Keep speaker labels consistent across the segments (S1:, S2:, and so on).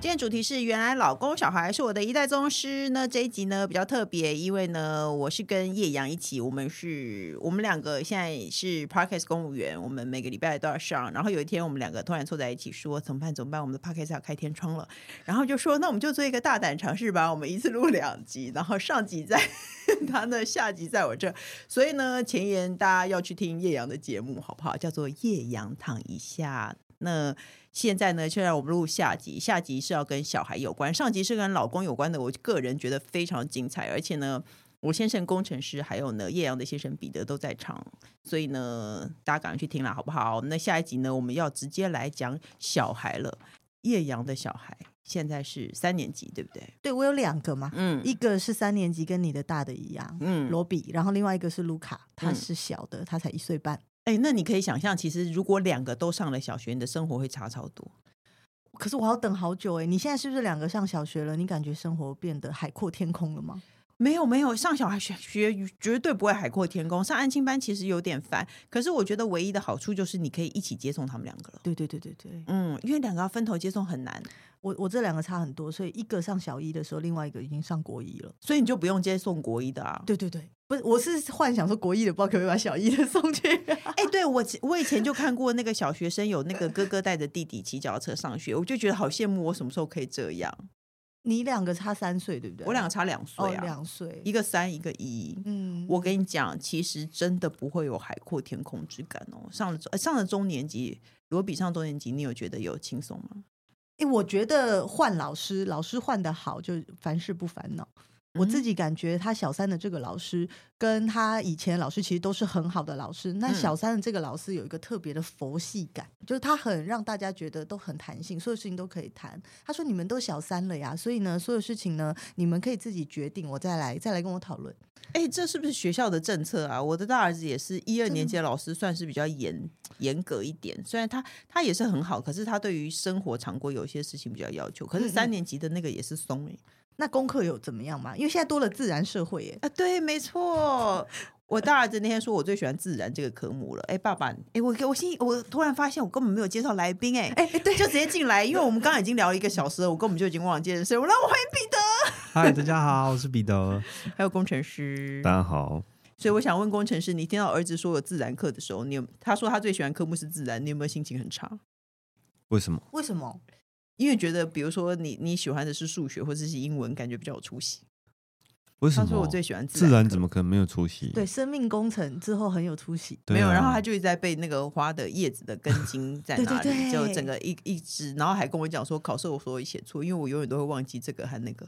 S1: 今天主题是原来老公小孩是我的一代宗师。那这一集呢比较特别，因为呢我是跟叶阳一起，我们是我们两个现在是 Parkes 公务员，我们每个礼拜都要上。然后有一天我们两个突然凑在一起说怎么办怎么办，我们的 Parkes 要开天窗了。然后就说那我们就做一个大胆尝试吧，我们一次录两集，然后上集在 他那，下集在我这。所以呢前言大家要去听叶阳的节目好不好？叫做叶阳躺一下。那现在呢，就让我们录下集。下集是要跟小孩有关，上集是跟老公有关的。我个人觉得非常精彩，而且呢，我先生工程师还有呢叶阳的先生彼得都在场，所以呢，大家赶快去听啦，好不好？那下一集呢，我们要直接来讲小孩了。叶阳的小孩现在是三年级，对不对？
S2: 对我有两个嘛，
S1: 嗯
S2: 一个是三年级，跟你的大的一样，
S1: 嗯，
S2: 罗比，然后另外一个是卢卡，他
S1: 嗯
S2: 是小的，他才一岁半。
S1: 哎，那你可以想象，其实如果两个都上了小学，你的生活会差超多。
S2: 可是我要等好久哎、你现在是不是两个上小学了？你感觉生活变得海阔天空了吗？
S1: 没有没有，上小孩学学绝对不会海阔天空。上安亲班其实有点烦，可是我觉得唯一的好处就是你可以一起接送他们两个了。
S2: 对对对对对，
S1: 嗯，因为两个要分头接送很难，
S2: 我我这两个差很多，所以一个上小一的时候，另外一个已经上国一了。
S1: 所以你就不用接送国一的啊。
S2: 对对对，不是，我是幻想说国一的，不知道可不可以把小一的 送去。
S1: 哎、对我其我以前就看过那个小学生有那个哥哥带着弟弟骑脚踏车上学，我就觉得好羡慕，我什么时候可以这样？
S2: 你两个差三岁，对不对？
S1: 我两个差两岁
S2: 哦
S1: 啊，
S2: 两岁，
S1: 一个三一个一。
S2: 嗯
S1: 我跟你讲，其实真的不会有海阔天空之感哦。上了中呃上了中年级，如果比上中年级，你有觉得有轻松吗？
S2: 哎、我觉得换老师，老师换的好，就凡事不烦恼。我自
S1: 嗯
S2: 己感觉他小三的这个老师，跟他以前老师其实都是很好的老师。那
S1: 嗯
S2: 小三的这个老师有一个特别的佛系感，就是他很让大家觉得都很弹性，所有事情都可以谈。他说：“你们都小三了呀，所以呢，所有事情呢，你们可以自己决定，我再来再来跟我讨论。
S1: 哎、这是不是学校的政策啊？我的大儿子也是一二
S2: 真的
S1: 年级的老师，算是比较严严格一点。虽然他他也是很好，可是他对于生活常规有一些事情比较要求。可是
S2: 嗯 嗯
S1: 三年级的那个也是松哎、
S2: 那功课有怎么样吗？因为现在多了自然社会耶，
S1: 啊，对，没错。 我大儿子那天说，我最喜欢自然这个科目了。哎，爸爸，哎，我我心里我突然发现，我根本没有介绍来宾，哎哎，对，就直接进来，因为我们刚刚已经聊了一个小时了，我根本就已经忘了介绍谁。我让我欢迎彼得，
S3: 嗨，大家好，我是彼得。
S1: 还有工程师。
S3: 大家好，
S1: 所以我想问工程师，你听到儿子说有自然课的时候，你有他说他最喜欢科目是自然，你有没有心情很差？
S3: 为什么？
S2: 为什么？
S1: 因为觉得，比如说你你喜欢的是数学或者是英文，感觉比较有出息。
S3: 为什
S1: 他
S3: 么？
S1: 说我最喜欢自
S3: 自
S1: 然
S3: 然
S1: 课
S3: 怎么可能没有出息？
S2: 对，生命工程之后很有出息。
S3: 对
S1: 没
S3: 啊，
S1: 有，然后他就一直在背那个花的叶子的根茎在
S2: 对
S1: 哪里，
S2: 对对
S1: 就整个一一直，然后还跟我讲说考试我所有写错，因为我永远都会忘记这个和那个。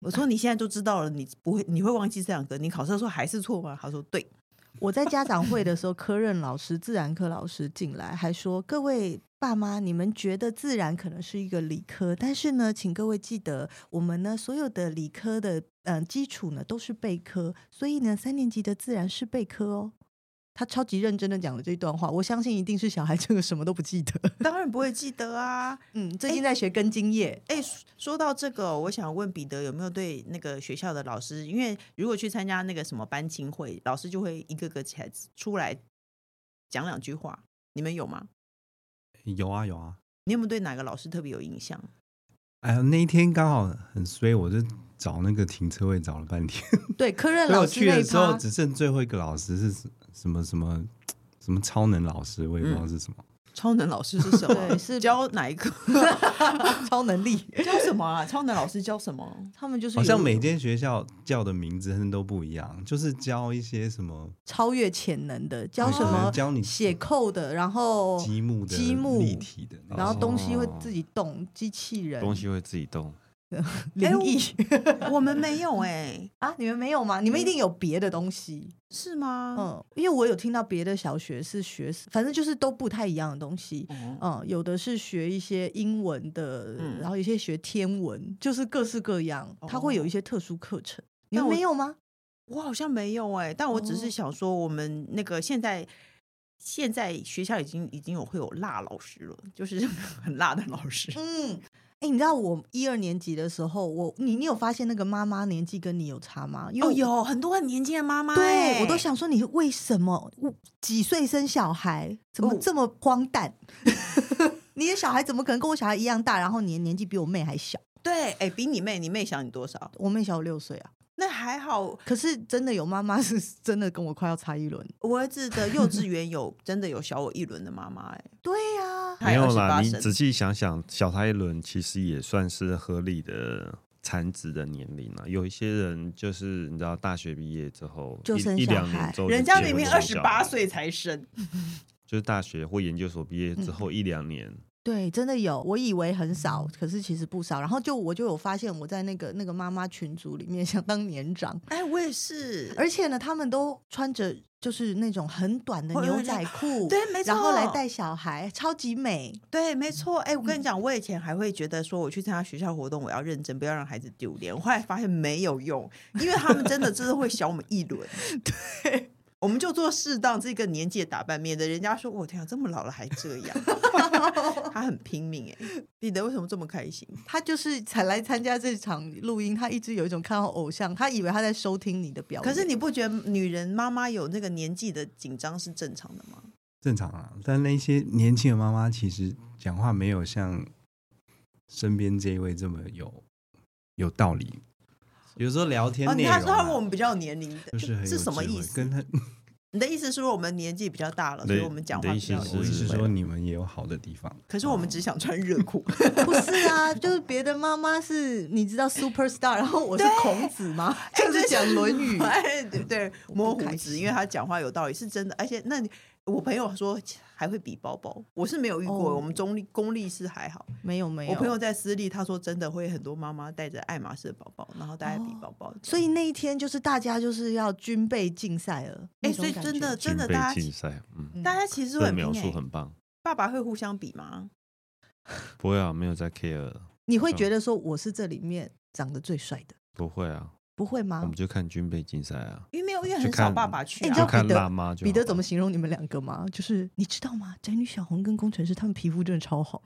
S1: 我说你现在就知道了，你不会你会忘记这两个，你考试的时候还是错吗？他说对，
S2: 我在家长会的时候，科任老师、自然科老师进来，还说：“各位爸妈，你们觉得自然可能是一个理科，但是呢，请各位记得，我们呢所有的理科的嗯、呃基础呢都是备科，所以呢三年级的自然是备科哦。”他超级认真的讲了这段话，我相信一定是小孩这个什么都不记得。
S1: 当然不会记得啊。
S2: 嗯，最近在学根茎叶，
S1: 哎，说说到这个，哦我想问彼得有没有对那个学校的老师，因为如果去参加那个什么班亲会，老师就会一个个起来出来讲两句话，你们有吗？
S3: 有啊有啊。
S1: 你有没有对哪个老师特别有印象？
S3: 哎呀，那一天刚好很衰，我就找那个停车位找了半天。
S2: 对科任
S3: 所以
S2: 老
S3: 我
S2: 师
S3: 去
S2: 那一
S3: 的时候
S2: 趴，
S3: 只剩最后一个老师是什什么什么什么超能老师，我也不知道是什么。
S1: 超能老师是什么？
S2: 对是
S1: 教哪 一个？
S2: 超能力，
S1: 教什么啊？超能老师教什么？
S2: 他们就是
S3: 好像
S2: 有
S3: 每间学校叫的名字真的都不一样，就是教一些什么
S2: 超越潜能的，教
S3: 对
S2: 什
S3: 可能
S2: 么
S3: 教你
S2: 写扣的，然后
S3: 积木的、
S2: 积木
S3: 立体哦的那种，
S2: 然后东西会自己动，机器人
S4: 东西会自己动。
S2: 灵异
S1: 我们没有哎、
S2: 啊！你们没有吗？你们一定有别的东西，
S1: 是吗？
S2: 嗯，因为我有听到别的小学是学，反正就是都不太一样的东西。
S1: 嗯，
S2: 嗯，有的是学一些英文的，
S1: 嗯
S2: 然后有些学天文，就是各式各样，它会有一些特殊课程。你
S1: 但
S2: 们
S1: 我
S2: 没有吗？
S1: 我好像没有哎、但我只是
S2: 哦
S1: 想说，我们那个现在现在学校已经已经有会有辣老师了，就是 很辣的老师。
S2: 嗯，哎，你知道我一二年级的时候，我你你有发现那个妈妈年纪跟你有差吗？因为
S1: 哦，
S2: 我
S1: 有很多很年轻的妈妈欸，
S2: 对我都想说，你为什么我几岁生小孩，怎么
S1: 哦
S2: 这么荒诞？ 你的小孩怎么可能跟我小孩一样大？然后你的年纪比我妹还小，
S1: 对，哎，比你妹，你妹小你多少？
S2: 我妹小我六岁啊。
S1: 那还好，
S2: 可是真的有妈妈是 真的跟我快要差一轮。
S1: 我儿子的 幼稚园有真的有小我一轮的妈妈，哎，
S2: 对呀、
S1: 她
S3: 没
S1: 也
S3: 有
S1: 28
S3: 啦，你
S1: 生
S3: 仔细想想，小他一轮其实也算是合理的产子的年龄了。有一些人就是你知道，大学毕业之后
S2: 就
S3: 一
S2: 生
S3: 一
S2: 小
S3: 两
S2: 孩
S3: 年之后就结婚生小孩，
S1: 人家明明二十八岁才生，
S3: 就是大学或研究所毕业之后一两年，
S2: 对，真的有，我以为很
S1: 嗯
S2: 少，可是其实不少。然后就我就有发现，我在那个那个妈妈群组里面相当年长，
S1: 哎，我也是，
S2: 而且呢，他们都穿着就是那种很短的
S1: 我有
S2: 牛
S1: 点
S2: 仔裤，
S1: 对没
S2: 然后来
S1: 错
S2: 带小孩，超级美。
S1: 对，没错。哎、我跟你讲，我以前还会觉得说，我去参加学校活动，我要认真，不要让孩子丢脸。我后来发现没有用，因为他们真的真的会小我们一轮。 对，我们就做适当这个年纪的打扮，免得人家说我天啊，这么老了还这样。 他很拼命哎、彼得为什么这么开心？
S2: 他就是才来参加这场录音，他一直有一种看到偶像，他以为他在收听你的表演。
S1: 可是你不觉得女人妈妈有那个年纪的紧张是正常的吗？
S3: 正常啊。但那些年轻的妈妈其实讲话没有像身边这一位这么有有道理。有时候聊天
S1: 哦，你
S3: 内容
S1: 他
S3: 啊、
S1: 说他问我们比较有年龄的，
S3: 就是很有
S1: 是什么
S3: 智慧
S1: 意思？
S3: 跟他
S1: 你的意思是说我们年纪比较大了，所以我们讲话
S3: 的
S1: 比
S3: 意
S1: 较有
S3: 思是，我
S1: 智
S3: 意思
S1: 慧
S3: 说你们也有好的地方。
S1: 可是我们
S2: 哦
S1: 只想穿热 裤。
S2: 不是啊，就是别的妈妈是你知道 super star，然后我是孔子 吗？就是讲《论语》
S1: 哎，对对，摸
S2: 不开
S1: 胡子，
S2: 心
S1: 因为他讲话有道理，是真的。而且那你我朋友说还会比包包，我是没有遇过。
S2: 哦
S1: 我们中立公立是还好，
S2: 没有没有，
S1: 我朋友在私立，他说真的会很多妈妈带着爱马仕的包包，然后大家比
S2: 哦
S1: 包包。
S2: 所以那一天就是大家就是要军备竞赛了。
S1: 哎
S2: 那种
S1: 所以
S2: 感觉
S1: 真的
S3: 军
S1: 真的
S3: 备
S1: 大家
S3: 竞赛，嗯，
S1: 大家其实
S3: 这
S1: 会
S3: 个
S1: 很拼
S3: 描述
S1: 欸
S3: 很哎棒。
S1: 爸爸会互相比吗？
S3: 不会啊，没有在 care 了，
S2: 你会觉得说我是这里面长得最帅的，
S3: 不会啊，
S2: 不会
S3: 我
S2: 吗
S3: 们？就看军备竞赛啊，
S1: 因为没有，因为
S3: 去
S1: 很少
S3: 看
S1: 爸爸去
S2: 哎你知
S1: 啊
S2: 道彼
S3: 就。看
S2: 得
S3: 辣妈就好
S2: 彼得怎么
S3: 了
S2: 形容你们两个吗？就是你知道吗？宅女小红跟工程师他们皮肤真的超好。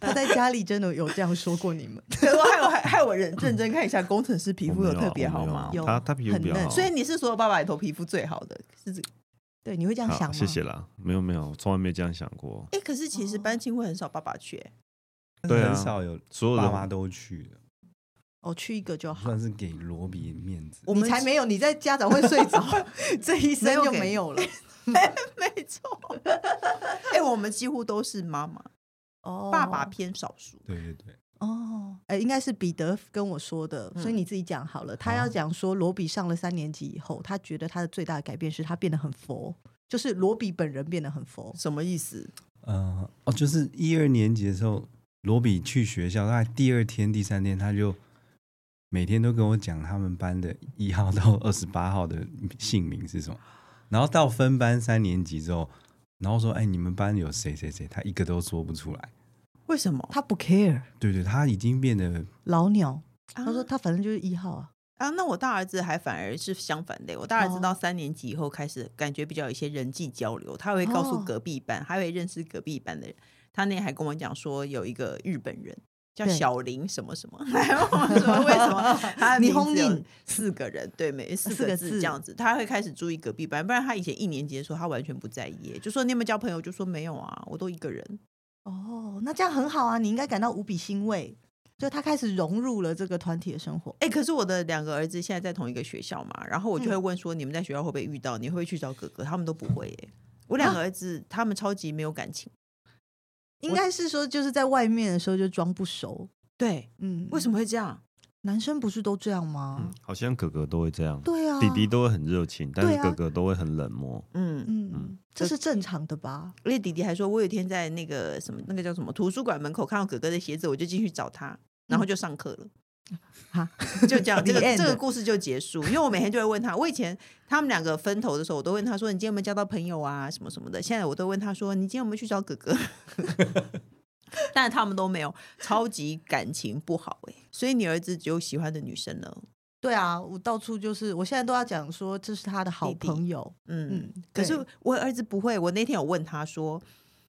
S2: 他在家里真的有这样说过你们，
S1: 我害我害害我认认真看一下，工程师皮
S3: 我
S1: 肤
S3: 没
S1: 有
S3: 有啊
S1: 特别
S3: 我没
S1: 好
S3: 有啊
S1: 吗？
S2: 有
S3: 他他皮肤
S2: 很
S3: 比较
S2: 嫩
S3: 好，啊
S1: 所以你是所有爸爸里头皮肤最好的，是这个。
S2: 对，你会这样想
S3: 好
S2: 吗？
S3: 谢谢啦，没有没有，从来没这样想过，
S1: 哎，可是其实
S2: 哦
S1: 班亲会很少爸爸去欸，
S3: 对啊很少有所有爸人妈都去的，
S2: 哦，去一个就好。
S3: 算是给罗比面 子。
S1: 我
S2: 你
S1: 们
S2: 才没有，你在家长会睡着，这一生就没有了。
S1: 没错，哎、我们几乎都是妈妈，
S2: 哦
S1: 爸爸偏少数。
S3: 对对对，
S2: 哦，哎，应该是彼得跟我说的，所以你自己讲好了。他要讲说，罗比上了三年级以后，他觉得他的最大的改变是他变得很佛，就是罗比本人变得很佛。
S1: 什么意思？
S3: 呃，哦，就是一二年级的时候，罗比去学校，大概第二天、第三天，他就每天都跟我讲他们班的一号到二十八号的姓名是什么。然后到分班三年级之后，然后说：“哎，你们班有谁谁谁？”他一个都说不出来。
S1: 为什么？
S2: 他不 care，
S3: 对对，他已经变得
S2: 老鸟。
S1: 他
S2: 他说他反正就是一号啊。
S1: 啊，那我大儿子还反而是相反的。我大儿子
S2: 哦
S1: 到三年级以后开始感觉比较有一些人际交流，他会告诉
S2: 哦
S1: 隔壁班，他会认识隔壁班的人。他那天还跟我讲说，有一个日本人叫
S2: 对
S1: 小林什么什么， 还问我说为什 么他的
S2: 你
S1: 名
S2: 轰
S1: 字有
S2: 你
S1: 四个人，对，每四
S2: 四
S1: 个
S2: 个
S1: 字
S2: 字
S1: 这样子，他会开始注意隔壁班，不然他以前一年级的时候他完全不在意，就说你有没有交朋友，就说没有啊，我都一个人。
S2: 哦，那这样很好啊，你应该感到无比欣慰，就他开始融入了这个团体的生活。
S1: 哎、可是我的两个儿子现在在同一个学校嘛，然后我就
S2: 嗯
S1: 会问说，你们在学校会不会遇到？你会不会去找哥哥？他们都不会耶、我两个儿子、他们超级没有感情。
S2: 应该是说就是在外面的时候就装不熟。
S1: 对，
S2: 嗯，
S1: 为什
S2: 么
S1: 么会这样？
S2: 男生不是都这样吗？
S3: 嗯，好像哥哥都会这样，
S2: 对啊，
S3: 弟弟都会很热情，但
S2: 对
S3: 是
S2: 啊
S3: 哥哥都会很冷漠。
S1: 嗯，
S2: 嗯，这是正常的吧？
S1: 而且弟弟还说，我有一天在那个什么那个叫什么图书馆门口看到哥哥的鞋子，我就进去找他。然后就上课了，
S2: 哈，
S1: 就啊这样，这个
S2: The end
S1: 这个故事就结束。因为我每天就会问他，我以前他们两个分头的时候，我都问他说：“你今天有没有交到朋友啊？什么什么的。”现在我都问他说：“你今天有没有去找哥 哥？”但欸是他们都没有，超级感情不好哎、所以你儿子只有喜欢的女生呢？
S2: 对啊，我到处就是，我现在都要讲说这是他的好
S1: 弟弟
S2: 朋友。
S1: 嗯，
S2: 嗯，
S1: 可
S2: 对
S1: 是我儿子不会。我那天有问他说：“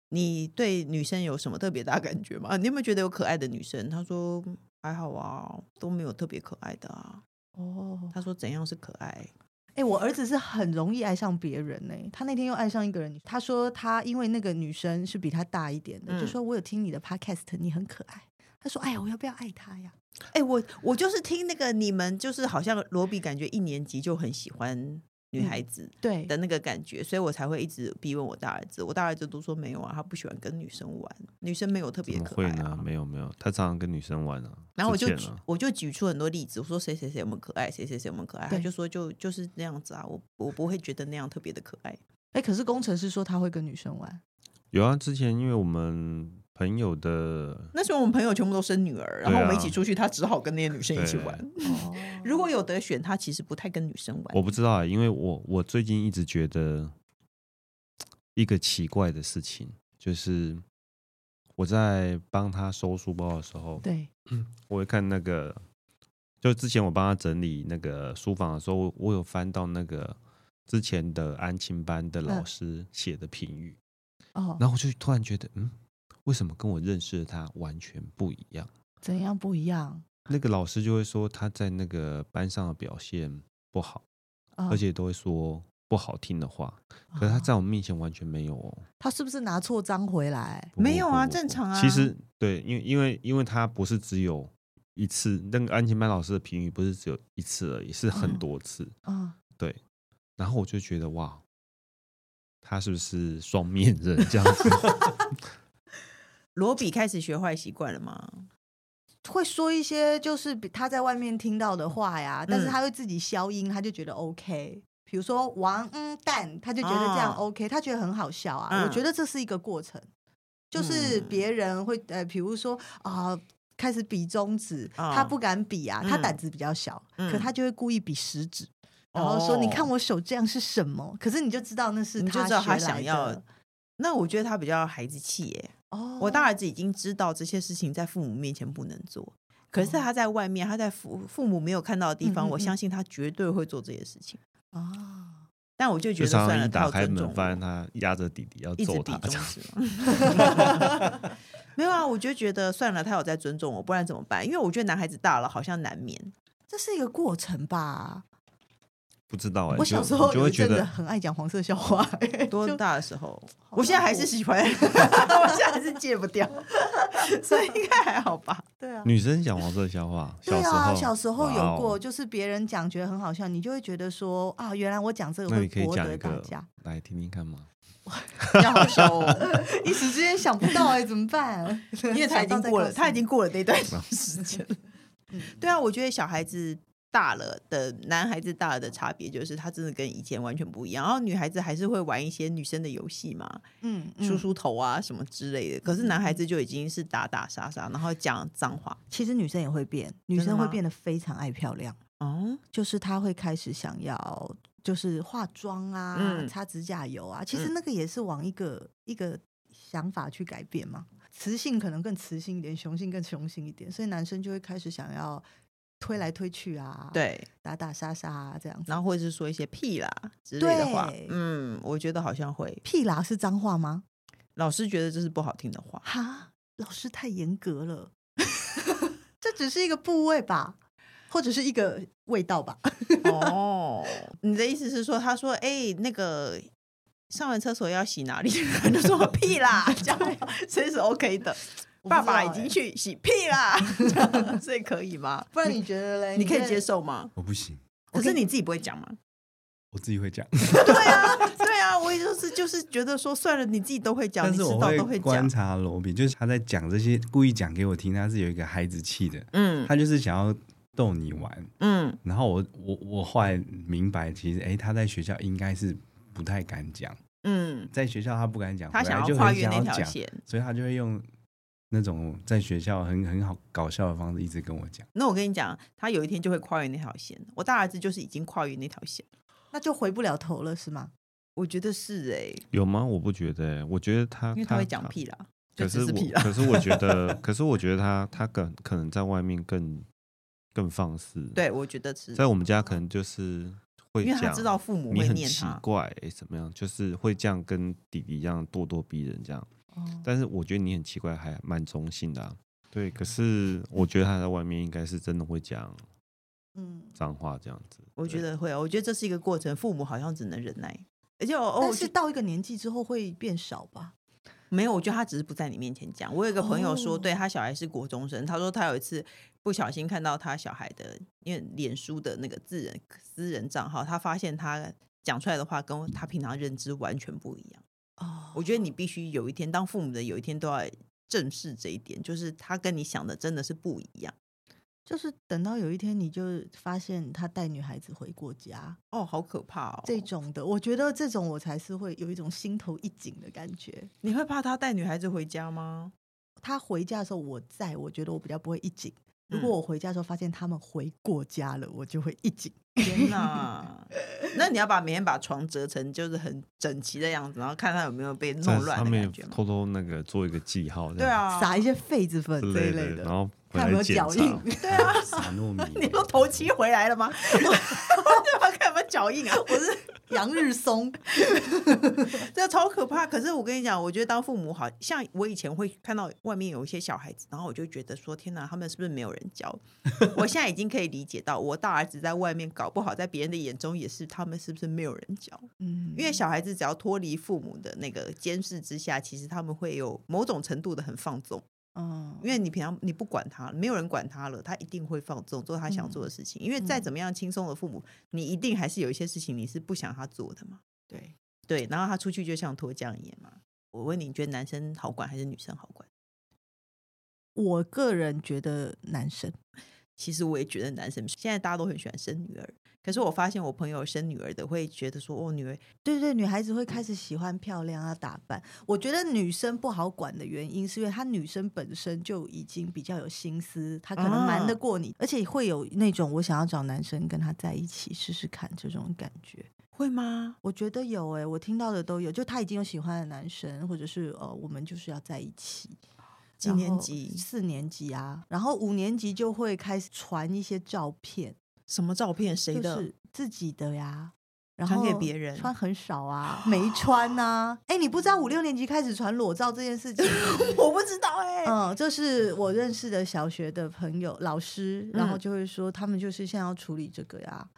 S1: 你对女生有什么特别大感觉吗？啊你有没有觉得有可爱的女生？”他说：“还好啊，都没有特别可爱的啊。
S2: 哦”，
S1: 他说：“怎样是可爱
S2: 哎、我儿子是很容易爱上别人呢、他那天又爱上一个人，他说他因为那个女生是比他大一点的，
S1: 嗯
S2: 就说我有听你的 podcast，你很可爱。他说：“哎呀，我要不要爱他呀？？”
S1: 哎、我我就是听那个你们就是好像罗比感觉一年级就很喜欢女孩
S4: 嗯
S1: 子
S2: 对
S1: 的那个感觉，所以我才会一直逼问我大儿子。我大儿子都说没有啊，他不喜欢跟女生玩，女生没有特
S4: 怎
S1: 别
S4: 么
S1: 可
S4: 会
S1: 爱
S4: 呢
S1: 啊。？
S4: 没有没有，他常常跟女生玩啊。
S1: 然后我就
S4: 之
S1: 举
S4: 前啊
S1: 我就举出很多例子，我说谁谁谁我们可爱，谁谁谁我们可爱，他
S2: 对
S1: 就说就就是那样子啊，我我不会觉得那样特别的可爱。
S2: 哎、可是工程师说他会跟女生玩，
S4: 有啊，之前因为我们朋友的
S1: 那时候我们朋友全部都生女儿，然后
S4: 对啊
S1: 我们一起出去，他只好跟那些女生一起
S4: 对
S1: 玩。，
S2: 哦
S1: 如果有得选，他其实不太跟女生玩。
S4: 我不知道、啊，因为我我最近一直觉得一个奇怪的事情，就是我在帮他收书包的时候，
S2: 对，
S4: 我会看那个，就之前我帮他整理那个书房的时候，我有翻到那个之前的安亲班的老
S2: 嗯
S4: 师写的评语，
S2: 哦，
S4: 然后我就突然觉得，嗯，为什么跟我认识的他完全不一样？
S2: 怎样不一样？
S4: 那个老师就会说他在那个班上的表现不好，
S2: 啊、
S1: 嗯
S4: 而且都会说不好听的话。
S1: 哦
S4: 可是他在我面前完全没有哦，
S2: 他是不是拿错章回来？
S4: 不
S1: 没
S4: 不
S1: 有
S4: 不
S1: 啊
S4: 不
S1: 正
S4: 不
S1: 常啊
S4: 其实对，因为因为因为他不是只有一次，那个安亲班老师的评语不是只有一次而已，是很
S2: 嗯
S4: 多次。
S2: 啊、
S4: 然后我就觉得哇，他是不是双面人这样 子？
S1: 罗比开始学坏习惯了吗？
S2: 会说一些就是比他在外面听到的话呀，但
S1: 嗯
S2: 是他会自己消音，他就觉得 OK。比如说王嗯蛋，他就觉得这样
S1: 哦
S2: OK，、他觉得很好笑啊。
S1: 嗯
S2: 我觉得这是一个过程，就是
S1: 嗯
S2: 别人会呃，比如说啊、开始比中指，
S1: 哦
S2: 他不敢比啊，他
S1: 嗯
S2: 胆子比较小，
S1: 嗯
S2: 可他就会故意比食指。然后说：“
S1: 哦
S2: 你看我手这样是什么？”可是你就知道那是
S1: 你就知道
S2: 他
S1: 他
S2: 学来
S1: 想要
S2: 的。
S1: 那我觉得他比较孩子气耶、
S2: 哦，
S1: 我大儿子已经知道这些事情在父母面前不能做，可是他在外面，他在父父母没有看到的地方，
S2: 哦嗯嗯
S1: 我
S2: 嗯
S1: 相信他绝对会做这些事情。
S2: 啊，
S1: 但我就觉
S4: 就
S1: 得
S4: 常
S1: 算
S4: 常
S1: 了，
S4: 一
S1: 他
S4: 打
S1: 有
S4: 开
S1: 尊重
S4: 门，发
S1: 我
S4: 现他压着弟弟要
S1: 一直
S4: 揍
S1: 比
S4: 他，
S1: 中
S4: 这样
S1: 指嘛。 没有啊，我就觉得算了，他有在尊重我，不然怎么办？因为我觉得男孩子大了好像难免。
S2: 这是一个过程吧？
S4: 不知道哎、
S2: 我
S4: 就
S2: 小时候
S4: 你就
S2: 有
S4: 会
S2: 一
S4: 觉
S2: 阵子
S4: 得
S2: 很爱讲黄色笑话、欸，
S1: 多
S2: 就
S1: 大的时候，
S2: 好
S1: 我现在
S2: 难
S1: 还
S2: 过
S1: 是喜 欢，我现在还是戒不 掉，所以应该还好吧。
S2: 对啊，
S4: 女生讲黄色笑话，
S2: 对
S4: 时
S2: 啊，
S4: 候
S2: 小时候
S4: 哇哦
S2: 有过，就是别人讲觉得很好笑，你就会觉得说啊，原来我讲这个
S4: 那
S2: 会
S4: 你可以
S2: 博
S4: 讲一
S2: 得大
S4: 个
S2: 家，
S4: 来听听看吗？
S1: 比较好笑哦，
S2: 一时之间想不到哎、怎么办？
S1: 因 为他已经过了，他已经过了那段时间了。对啊，我觉得小孩子大了的男孩子大了的差别就是，他真的跟以前完全不一样。然后女孩子还是会玩一些女生的游戏嘛，
S2: 嗯嗯，
S1: 梳梳头啊什么之类的。可是男孩子就已经是打打杀杀，然后讲脏话。
S2: 其实女生也会变，女
S1: 真的
S2: 生会
S1: 吗
S2: 变得非常爱漂亮，
S1: 哦，
S2: 就是她会开始想要。就是化妆啊，
S1: 嗯
S2: 擦指甲油啊，其实
S1: 嗯
S2: 那个也是往一个、一个想法去改变嘛。雌性可能更雌性一点，雄性更雄性一点，所以男生就会开始想要推来推去啊，，
S1: 对，
S2: 打打杀杀、啊、这样子。
S1: 然后或者是说一些屁啦之类的话
S2: 对，
S1: 嗯，我觉得好像会，
S2: 屁啦是脏话吗？
S1: 老师觉得这是不好听的 话。
S2: 哈，老师太严格了， 这只是一个部位吧，或者是一个味 道吧？
S1: 哦，你的意思是说，他说，哎、那个。上完厕所要洗哪里？ 他就说屁啦，这样所以是 OK 的。
S2: 我不
S1: 爸
S2: 知
S1: 爸已
S2: 道
S1: 经
S2: 欸，
S1: 去洗屁啦， 这样所以可以吗？
S2: 不然你觉得嘞？
S1: 你可以
S2: 觉
S1: 接
S2: 得？
S1: 受吗？
S3: 我不行，
S1: 可是你自己不会讲吗？
S3: 我自己会讲，
S1: 对啊，我也就是就是觉得说，算了，你自己都会讲，
S3: 但
S1: 你
S3: 是
S1: 迟
S3: 我
S1: 早都会
S3: 观
S1: 讲。
S3: 察罗比，就是他在讲这些，故意讲给我听，他是有一个孩子气的，
S1: 嗯
S3: 他就是想要逗你玩。
S1: 嗯，
S3: 然后我我我后来明白，其实哎，他在学校应该是不太敢讲，
S1: 嗯，
S3: 在学校他不敢讲，
S1: 他
S3: 回来
S1: 想
S3: 就
S1: 要
S3: 很
S1: 跨越
S3: 想
S1: 那
S3: 要
S1: 条
S3: 讲，
S1: 线。
S3: 所以他就会用那种在学校很很好搞笑的方式一直跟我讲。
S1: 那我跟你讲，他有一天就会跨越那条线。我大儿子就是已经跨越那条线，
S2: 那就回不了头了，是吗？
S1: 我觉得是哎、
S4: 有吗？我不觉得欸、我觉得他
S1: 因为他会讲，屁啦，
S4: 可
S1: 就只
S4: 是
S1: 是屁
S4: 我
S1: 啦。
S4: 可是我觉得，可是我觉得他他可可能在外面更更放肆。，
S1: 对，我觉得 是，
S4: 在我们家可能就是会
S1: 因为他
S4: 讲，
S1: 知道父母
S4: 你
S1: 会
S4: 很
S1: 念
S4: 奇
S1: 他，
S4: 怪、欸怎么样，就是会这样跟弟弟一样咄咄逼人这样。
S2: 哦
S4: 但是我觉得你很奇怪，还蛮中性的、啊。对，可是我觉得他在外面应该是真的会讲
S2: 嗯，
S4: 脏话这样子。
S1: 我觉
S4: 对
S1: 得会哦，我觉得这是一个过程，父母好像只能忍耐。而且我哦，
S2: 但
S1: 我
S2: 是
S1: 觉
S2: 到一个年纪之后会变少吧？
S1: 没有，我觉得他只是不在你面前讲。我有一个朋友说，
S2: 哦
S1: 对他小孩是国中生，他说他有一次不小心看到他小孩的，因为脸书的那个自人私人账号，他发现他讲出来的话跟他平常认知完全不一样。
S2: 哦，
S1: 我觉得你必须有一天当父母的，有一天都要正视这一点，就是他跟你想的真的是不一样。
S2: 就是等到有一天你就发现他带女孩子回过家、
S1: 哦，好可怕哦！
S2: 这种的，我觉得这种我才是会有一种心头一紧的感觉。
S1: 你会怕他带女孩子回家吗？
S2: 他回家的时候我在，我觉得我比较不会一紧。如果
S1: 嗯
S2: 我回家的时候发现他们回过家了，我就会一紧。
S1: 天哪！那你要把每天把床折成就是很整齐的样子，然后看他有没有被
S4: 在
S1: 弄乱
S4: 上
S1: 的
S4: 面
S1: 感觉吗？
S4: 偷偷那个做一个记号，
S1: 对，啊，
S2: 撒一些痱子粉
S4: 之
S2: 这一
S4: 类
S2: 类
S4: 的，然
S2: 的，
S4: 后回
S2: 看有没
S4: 来
S2: 有
S4: 检
S2: 脚
S4: 查。
S2: 印。
S1: 对啊，
S3: 撒糯米，
S1: 你都头七回来了吗？我就要看有没有脚印啊！我 是
S2: 杨日松，
S1: 这啊超可怕。可是我跟你讲，我觉得当父母好像我以前会看到外面有一些小孩子，然后我就觉得说，天哪，他们是不是没有人教？ 我现在已经可以理解到，我大儿子在外面搞不好，在别人的眼中也是他们是不是没有人教？
S2: 嗯
S1: 因为小孩子只要脱离父母的那个监视之下，其实他们会有某种程度的很放纵，
S2: 嗯
S1: 因为你平常你不管他，没有人管他了，他一定会放纵做他想
S2: 嗯
S1: 做的事情。因为再怎么样轻松的父母，你一定还是有一些事情你是不想他做的嘛。
S2: 对，
S1: 对，然后他出去就像脱缰一样嘛。我问你，你觉得男生好管还是女生好管？
S2: 我个人觉得男生
S1: 其实我也觉得男生现在大家都很喜欢生女儿，可是我发现我朋友生女儿的会觉得说，哦，女儿
S2: 对对，女孩子会开始喜欢漂亮啊打扮。我觉得女生不好管的原因，是因为她女生本身就已经比较有心思，她可能瞒得过你，而且会有那种我想要找男生跟她在一起试试看这种感觉。
S1: 会吗？
S2: 我觉得有诶、我听到的都有，就她已经有喜欢的男生，或者是呃，我们就是要在一起。
S1: 几
S2: 然
S1: 年
S2: 后
S1: 级？
S2: 四年级啊，然后五年级就会开始传一些照片，
S1: 什么照片？谁
S2: 就
S1: 的？
S2: 是自己的呀，然
S1: 传
S2: 后
S1: 给别人
S2: 穿很少 啊，没穿呐、哎、你不知道五六年级开始传裸照这件事情？
S1: 我不知道哎、
S2: 嗯，这是我认识的小学的朋友老师，然后
S1: 嗯
S2: 就会说他们就是现在要处理这个呀。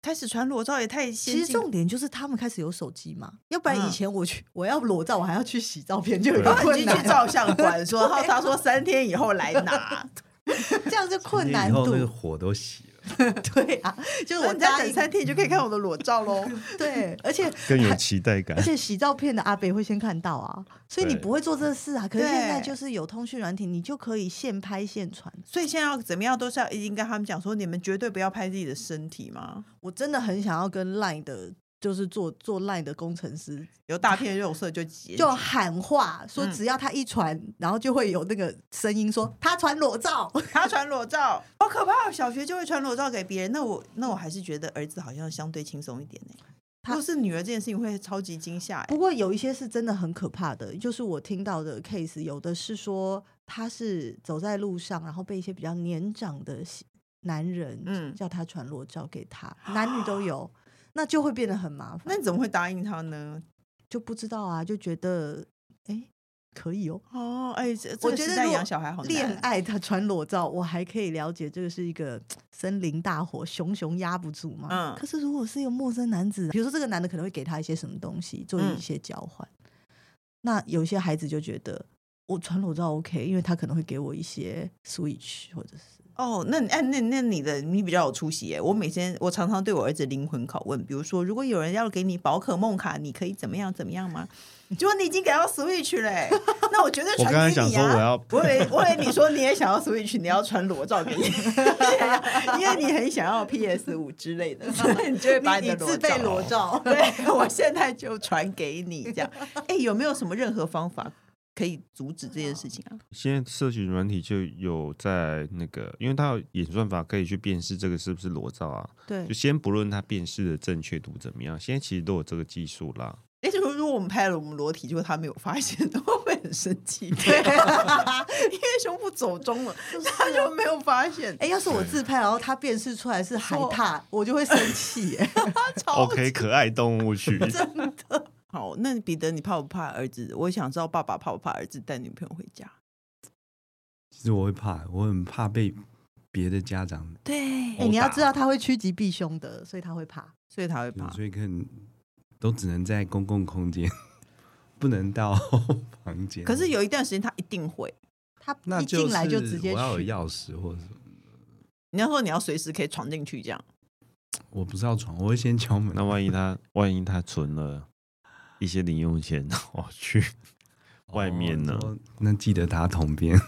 S1: 开始传裸照也太先
S2: 其实
S1: 进
S2: 重点就是他们开始有手机嘛，要不然以
S1: 嗯
S2: 前我去我要裸照，我还要去洗照片，就有一
S1: 然
S2: 个
S1: 后
S2: 困
S1: 啊你就
S2: 难
S1: 去，照相馆 说，然后他说三天以后来拿。
S2: 这样就困
S3: 以
S2: 难
S3: 后
S2: 度
S3: 那。个火都熄了，
S2: 对啊，就是
S1: 我
S2: 我
S1: 再
S2: 答
S1: 等
S2: 应
S1: 三天，你就可以看我的裸照喽。
S2: 对，而且
S4: 更有期待感
S2: 而。且洗照片的阿北会先看到啊，所以你
S4: 对
S2: 不会做这事啊。可是
S1: 对
S2: 现在就是有通讯软体，你就可以现拍现传。
S1: 所以现在要怎么样，都是要已经跟他们讲说，你们绝对不要拍自己的身体嘛，
S2: 我真的很想要跟 Line 的，就是做做 Line 的工程师，
S1: 有大片肉色就截
S2: 就
S1: 图。
S2: 喊话说，
S1: 嗯
S2: 只要他一传，然后就会有那个声音说他传裸照。
S1: 他传裸 照，好可怕哦！小学就会传裸照给别人，那我那我还是觉得儿子好像相对轻松一点呢、
S2: 他
S1: 如果是女儿这件事情，会超级惊吓、欸
S2: 不。过有一些是真的很可怕的，就是我听到的 case，有的是说他是走在路上，然后被一些比较年长的喜男人，
S1: 嗯
S2: 叫他传裸照给他，男女 都有，那就会变得很麻烦。
S1: 那你怎么会答应他呢？
S2: 就不知道啊，就觉得哎、诶可以哦。
S1: 哦，哎、这这
S2: 我
S1: 个
S2: 觉
S1: 时
S2: 得
S1: 代
S2: 如果
S1: 养小孩好难。啊
S2: 恋爱他传裸照，我还可以了解这个是一个森林大火，熊熊压不住嘛。
S1: 嗯
S2: 可是如果是一个陌生男子，比如说这个男的可能会给他一些什么东西，做
S1: 嗯
S2: 一些交换，那有些孩子就觉得我传裸照 OK，因为他可能会给我一些 Switch 或者是
S1: 哦，那你哎，那那你的你比较有出息耶！我每天我常常对我儿子灵魂拷问，比如说，如果有人要给你宝可梦卡，你可以怎么样怎么样吗？结果你已经给到 Switch 嘞、那我绝对
S4: 我
S1: 传
S4: 刚
S1: 给你啊！
S4: 才想说我要
S1: 我以为我以为你说你也想要 Switch，你要传裸照给你， 因为你很想要 PS 五之类的，所以 你就会把
S2: 你
S1: 的。
S2: 自备裸照
S1: 对我现在就传给你这样。哎、有没有什么任何方法可以阻止这件事情啊？
S4: 现在社群软体就有在那个，因为它有演算法可以去辨识这个是不是裸照啊，
S2: 对
S4: 就，先不论它辨识的正确度怎么样，现在其实都有这个技术啦。
S1: 哎，如果如果我们拍了我们裸体，结果他没有发现，都会 很生气，对、 因为胸部走中了，他就没有发现，
S2: 哎，要是我自拍，然后它辨识出来是海
S1: 错
S2: 獭，我就会生 气耶。
S1: 他
S2: 哦
S1: 超
S4: ，OK，可爱动物 区，
S1: 好。那彼得，你怕不怕儿子？我想知道爸爸怕不怕儿子带女朋友回家？
S3: 其实我会怕，我很怕被别的家长，
S1: 对
S2: 哎，你要知道它会趋吉避凶的，所以它会怕。
S1: 所以他会怕。
S3: 嗯所以可能都只能在公共空间， 不能到 房间。
S1: 可是有一段时间他一定会。
S2: 它
S3: 那
S2: 一
S3: 就是
S2: 进来就直接
S3: 我要
S2: 去，
S3: 有钥匙或者什么，
S1: 你要说你要随时可以闯进去这样，
S3: 我不知道床，我会先敲门。
S4: 那万一他万一他存了一些零用钱， 我去外面呢？
S3: 哦那记得打桶边。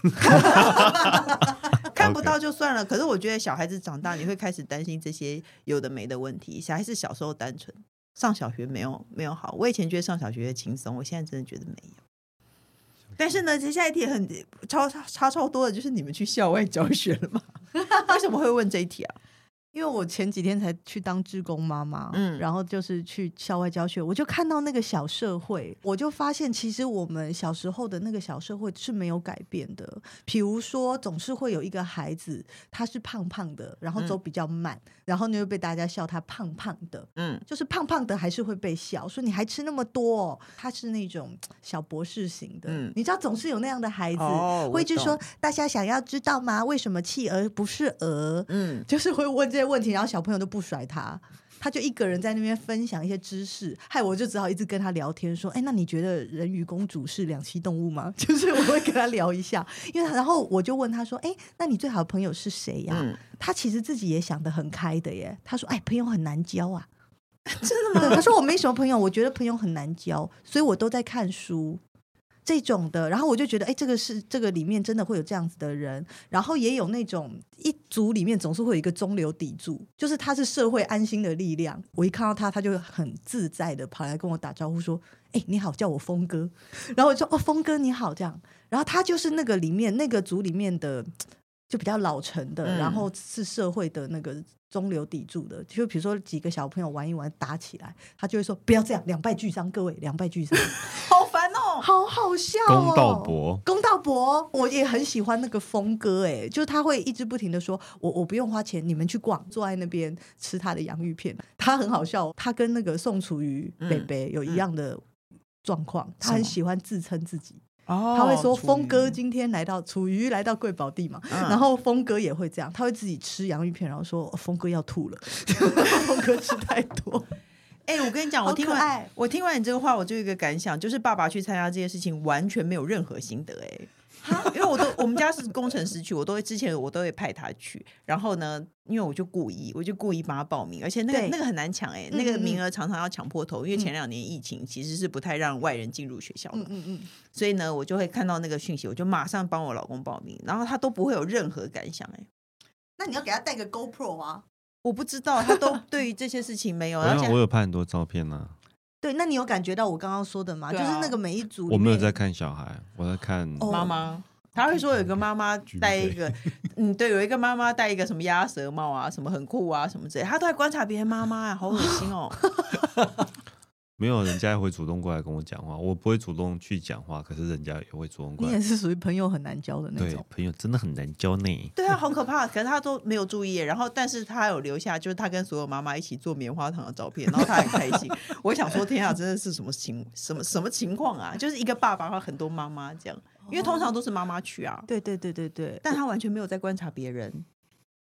S1: 看不到就算了。可是我觉得小孩子长大，你会开始担心这些有的没的问题。小孩子小时候单纯，上小学没有没有好。我以前觉得上小学轻松，我现在真的觉得没有。但是呢，接下来一题很超超差超多的，就是你们去校外教学了 吗？为什么会问这一题啊？
S2: 因为我前几天才去当志工妈妈，
S1: 嗯
S2: 嗯，然后就是去校外教学，我就看到那个小社会，我就发现其实我们小时候的那个小社会是没有改变的。比如说，总是会有一个孩子，他是胖胖的，然
S3: 嗯
S2: 后走比较慢，然后呢又被大家笑他胖胖的，
S1: 嗯，
S2: 就是胖胖的还是会被笑，说你还吃那么多、哦。他是那种小博士型的，
S1: 嗯
S2: 你知道总是有那样的孩子，
S1: 哦我
S2: 会一直说
S1: 懂
S2: 大家想要知道吗？为什么企鹅不是鹅？
S1: 嗯，
S2: 就是会问这些问题，然后小朋友都不甩他。他就一个人在那边分享一些知识，害我就只好一直跟他聊天，说：“哎，那你觉得人鱼公主是两栖动物吗？” 就是我会跟他聊一下，因为然后我就问他说：“哎，那你最好的朋友是谁呀、
S1: 嗯
S2: 他其实自己也想得很开的耶。他说：“哎，朋友很难交啊。” 真的吗？他说：“我没什么朋友，我觉得朋友很难交，所以我都在看书。”这种的，然后我就觉得，哎，这个是这个里面真的会有这样子的人，然后也有那种一组里面总是会有一个中流砥柱，就是他是社会安心的力量。我一看到他，他就很自在的跑来跟我打招呼说：“哎、你好，叫我峰哥。”然后我就说：“哦，峰哥你好。”这样，然后他就是那个里面那个组里面的就比较老成的，
S1: 嗯
S2: 然后是社会的那个。中流砥柱的，就比如说几个小朋友玩一玩打起来，他就会说不要这样，两败俱伤，各位两败俱伤。
S1: 好烦哦。
S2: 好好笑哦！
S4: 公道伯，
S2: 公道伯，我也很喜欢那个峰哥，哎，就是他会一直不停的说，我我不用花钱，你们去逛，坐在那边吃他的洋芋片，他很好笑，哦他跟那个宋楚瑜
S1: 嗯
S2: 北北有一样的状况，他很喜欢自称自己，
S1: 哦
S2: 他会说峰哥
S1: 楚瑜
S2: 今天来到楚瑜来到贵宝地嘛，
S1: 嗯
S2: 然后峰哥也会这样，他会自己吃洋芋片，然后说哦峰哥要吐了， 峰哥吃太多，
S1: 哎、我跟你讲，我
S2: 好
S1: 听
S2: 可
S1: 完
S2: 爱
S1: 我听完你这个话，我就有一个感想，就是爸爸去参加这些事情完全没有任何心得哎、因为我都我们家是工程师去，我都会之前我都会派他去，然后呢，因为我就故意我就故意帮他报名，而且那个
S2: 对
S1: 那个很难抢哎、
S2: 嗯
S1: 那个
S2: 嗯
S1: 名额常常要抢破头，因为前两年疫情其实是不太让外人进入学校的，
S2: 嗯嗯嗯，
S1: 所以呢，我就会看到那个讯息，我就马上帮我老公报名，然后他都不会有任何感想哎、
S2: 那你要给他带个 GoPro 啊。
S1: 我不知道他都 对于这些事情没有，
S4: 我
S1: 而且
S4: 有我有拍很多照片啊呢，
S2: 对，那你有感觉到我刚刚说的吗？
S1: 对
S2: 就是
S1: 啊
S2: 那个每一组里
S4: 我没有
S2: 面
S4: 在看小孩，我在看
S2: 哦
S1: 妈妈，他会说有个妈妈戴一个， 嗯，对，有一个妈妈戴一个什么鸭舌帽啊，什么很酷啊，什么之类，他都在观察别人妈妈啊，好恶心 哦。
S4: 没有人家会主动过来跟我讲话，我不会主动去讲话，可是人家也会主动过
S2: 你
S4: 来
S2: 也。是属于朋友很难交的那
S4: 对
S2: 种，。
S4: 朋友真的很难交呢。
S1: 对啊，好可怕！可是他都没有注意耶，然后但是他有留下，就是他跟所有妈妈一起做棉花糖的照片，然后他很开 心。我想说，天啊，真的是什么情什么什么情况啊？就是一个爸爸和很多妈妈这样，因为通常都是妈妈去啊，
S2: 哦对对对对对，
S1: 但他完全没有在观察别人。